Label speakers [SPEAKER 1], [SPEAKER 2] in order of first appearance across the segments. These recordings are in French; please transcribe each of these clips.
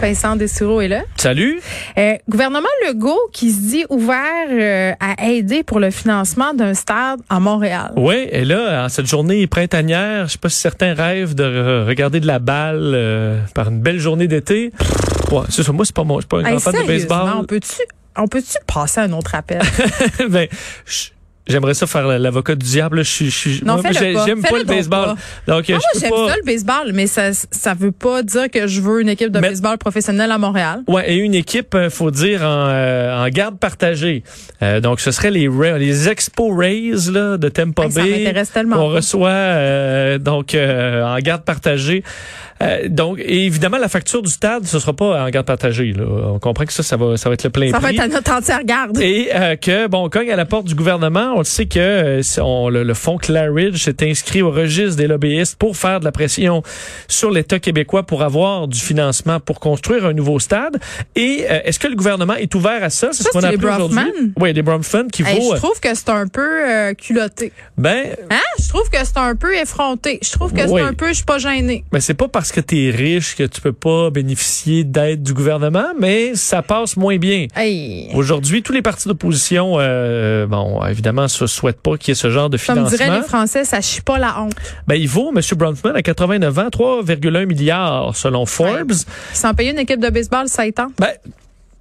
[SPEAKER 1] Vincent Dessureau est là.
[SPEAKER 2] Salut.
[SPEAKER 1] Euh, gouvernement Legault qui se dit ouvert euh, à aider pour le financement d'un stade à Montréal.
[SPEAKER 2] Oui, et là, en cette journée printanière, je sais pas si certains rêvent de re- regarder de la balle euh, par une belle journée d'été. Ouais, c'est ça. Moi, c'est pas moi, je suis pas un
[SPEAKER 1] Hey,
[SPEAKER 2] grand fan de
[SPEAKER 1] sérieusement,
[SPEAKER 2] baseball.
[SPEAKER 1] On peut-tu on peut-tu passer à un autre appel?
[SPEAKER 2] ben, je- j'aimerais ça faire l'avocat du diable. là. Je suis, je suis-
[SPEAKER 1] Non,
[SPEAKER 2] moi,
[SPEAKER 1] fais-le
[SPEAKER 2] j'ai-
[SPEAKER 1] pas.
[SPEAKER 2] j'aime
[SPEAKER 1] Fais-le
[SPEAKER 2] pas le
[SPEAKER 1] donc
[SPEAKER 2] baseball. Donc,
[SPEAKER 1] Ah,
[SPEAKER 2] euh,
[SPEAKER 1] moi,
[SPEAKER 2] je peux
[SPEAKER 1] j'aime
[SPEAKER 2] pas.
[SPEAKER 1] ça le baseball, mais ça ça veut pas dire que je veux une équipe de
[SPEAKER 2] Mais-
[SPEAKER 1] baseball professionnelle à Montréal.
[SPEAKER 2] Ouais, et une équipe, euh, faut dire, en, euh, en garde partagée. Euh, donc, ce serait les Ra- les Expo Rays là, de Tampa
[SPEAKER 1] Hey, ça
[SPEAKER 2] Bay.
[SPEAKER 1] m'intéresse tellement.
[SPEAKER 2] On reçoit euh, donc euh, en garde partagée. Euh, donc, et évidemment, la facture du stade, ce sera pas en garde partagée. Là. On comprend que ça, ça va, ça va être le plein
[SPEAKER 1] Ça va
[SPEAKER 2] prix.
[SPEAKER 1] être à notre entière garde.
[SPEAKER 2] Et euh, que, bon, on cogne à la porte du gouvernement. On le sait que euh, c'est- on- le, le fonds Claridge s'est inscrit au registre des lobbyistes pour faire de la pression sur l'État québécois pour avoir du financement pour construire un nouveau stade. Et euh, est-ce que le gouvernement est ouvert à ça? C'est
[SPEAKER 1] Ça, c'est les
[SPEAKER 2] appelé aujourd'hui.
[SPEAKER 1] Bronfman?
[SPEAKER 2] Oui, les Bromfman qui
[SPEAKER 1] Hey,
[SPEAKER 2] vaut... euh,
[SPEAKER 1] je trouve que c'est un peu euh, culotté.
[SPEAKER 2] Ben,
[SPEAKER 1] Hein? Je trouve que c'est un peu effronté. Je trouve que c'est
[SPEAKER 2] Oui.
[SPEAKER 1] un peu, je suis pas gênée.
[SPEAKER 2] ben c'est pas parce que tu es riche que tu peux pas bénéficier d'aide du gouvernement, mais ça passe moins bien.
[SPEAKER 1] Hey.
[SPEAKER 2] Aujourd'hui, tous les partis d'opposition, euh, bon, évidemment, se souhaitent pas qu'il y ait ce genre de
[SPEAKER 1] Comme
[SPEAKER 2] financement.
[SPEAKER 1] diraient les Français, ça chie pas la honte.
[SPEAKER 2] Ben, il vaut, M. Bronfman, à 89 ans, 3,1 milliards selon Forbes.
[SPEAKER 1] Sans payer une équipe de baseball, ça étend.
[SPEAKER 2] Ben,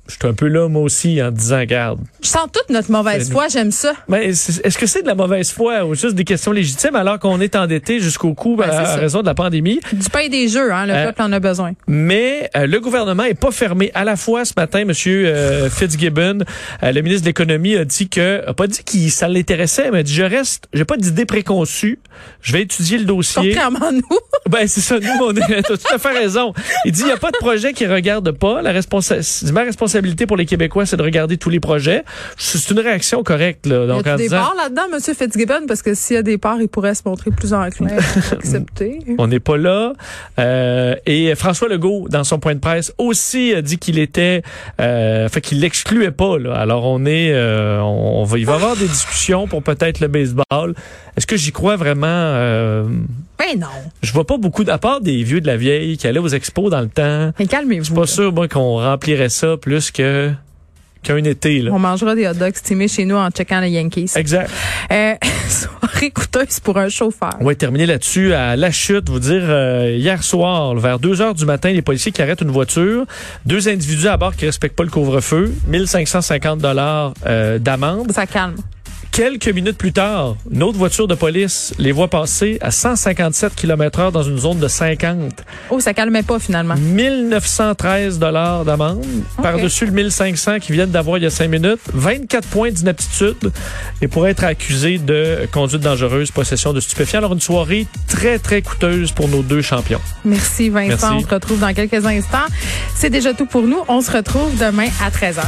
[SPEAKER 2] je suis un peu là, moi aussi, en disant, garde.
[SPEAKER 1] Je sens toute notre mauvaise
[SPEAKER 2] C'est
[SPEAKER 1] foi, j'aime ça.
[SPEAKER 2] Mais c'est- est-ce que c'est de la mauvaise foi ou juste des questions légitimes alors qu'on est endetté jusqu'au cou
[SPEAKER 1] Ben,
[SPEAKER 2] à-
[SPEAKER 1] c'est
[SPEAKER 2] à
[SPEAKER 1] ça.
[SPEAKER 2] raison de la pandémie?
[SPEAKER 1] Du pain et des jeux, hein, le
[SPEAKER 2] Euh,
[SPEAKER 1] peuple en a besoin.
[SPEAKER 2] Mais euh, le gouvernement est pas fermé. À la fois, ce matin, M. Fitzgibbon, euh, le ministre de l'Économie, a dit que, a pas dit que ça l'intéressait, mais a dit, je reste, j'ai pas d'idée préconçue. Je vais étudier le dossier.
[SPEAKER 1] Contrairement à nous.
[SPEAKER 2] Ben, c'est ça, nous, on est, t'as tout à fait raison. Il dit, il n'y a pas de projet qui regarde pas. La responsa- c'est- ma responsabilité pour les Québécois, c'est de regarder tous les projets. C'est c'est une réaction correcte, là. Donc,
[SPEAKER 1] y a
[SPEAKER 2] en
[SPEAKER 1] des
[SPEAKER 2] disant,
[SPEAKER 1] parts là-dedans, M. Fitzgibbon? Parce que s'il y a des parts, il pourrait se montrer plus enclin à accepter.
[SPEAKER 2] on n'est pas là. Euh, et François Legault, dans son point de presse, aussi a dit qu'il était, euh, fait qu'il l'excluait pas, là. Alors, on est, euh, on, on va, il va y avoir des discussions pour peut-être le baseball. Est-ce que j'y crois vraiment, euh,
[SPEAKER 1] Ben non.
[SPEAKER 2] je vois pas beaucoup, d- à part des vieux de la vieille qui allaient aux expos dans le temps.
[SPEAKER 1] Mais
[SPEAKER 2] Je suis
[SPEAKER 1] calmez-vous.
[SPEAKER 2] pas
[SPEAKER 1] là.
[SPEAKER 2] sûr, moi, qu'on remplirait ça plus que qu'un été, là.
[SPEAKER 1] On mangera des hot dogs stimés chez nous en checkant les Yankees.
[SPEAKER 2] Exact.
[SPEAKER 1] Euh, soirée coûteuse pour un chauffeur.
[SPEAKER 2] On va terminer là-dessus à la chute. Vous dire euh, hier soir, vers 2 heures du matin, les policiers qui arrêtent une voiture, deux individus à bord qui respectent pas le couvre-feu, 1550 dollars euh, d'amende.
[SPEAKER 1] Ça calme.
[SPEAKER 2] Quelques minutes plus tard, une autre voiture de police les voit passer à 157 km/h dans une zone de 50.
[SPEAKER 1] Oh, ça calmait pas finalement.
[SPEAKER 2] 1913 dollars d'amende par-dessus le 1500 qu'ils viennent d'avoir il y a 5 minutes, 24 points d'inaptitude et pour être accusé de conduite dangereuse, possession de stupéfiants. Alors une soirée très très coûteuse pour nos deux champions.
[SPEAKER 1] Merci Vincent.
[SPEAKER 2] Merci.
[SPEAKER 1] On se retrouve dans quelques instants. C'est déjà tout pour nous. On se retrouve demain à 13h.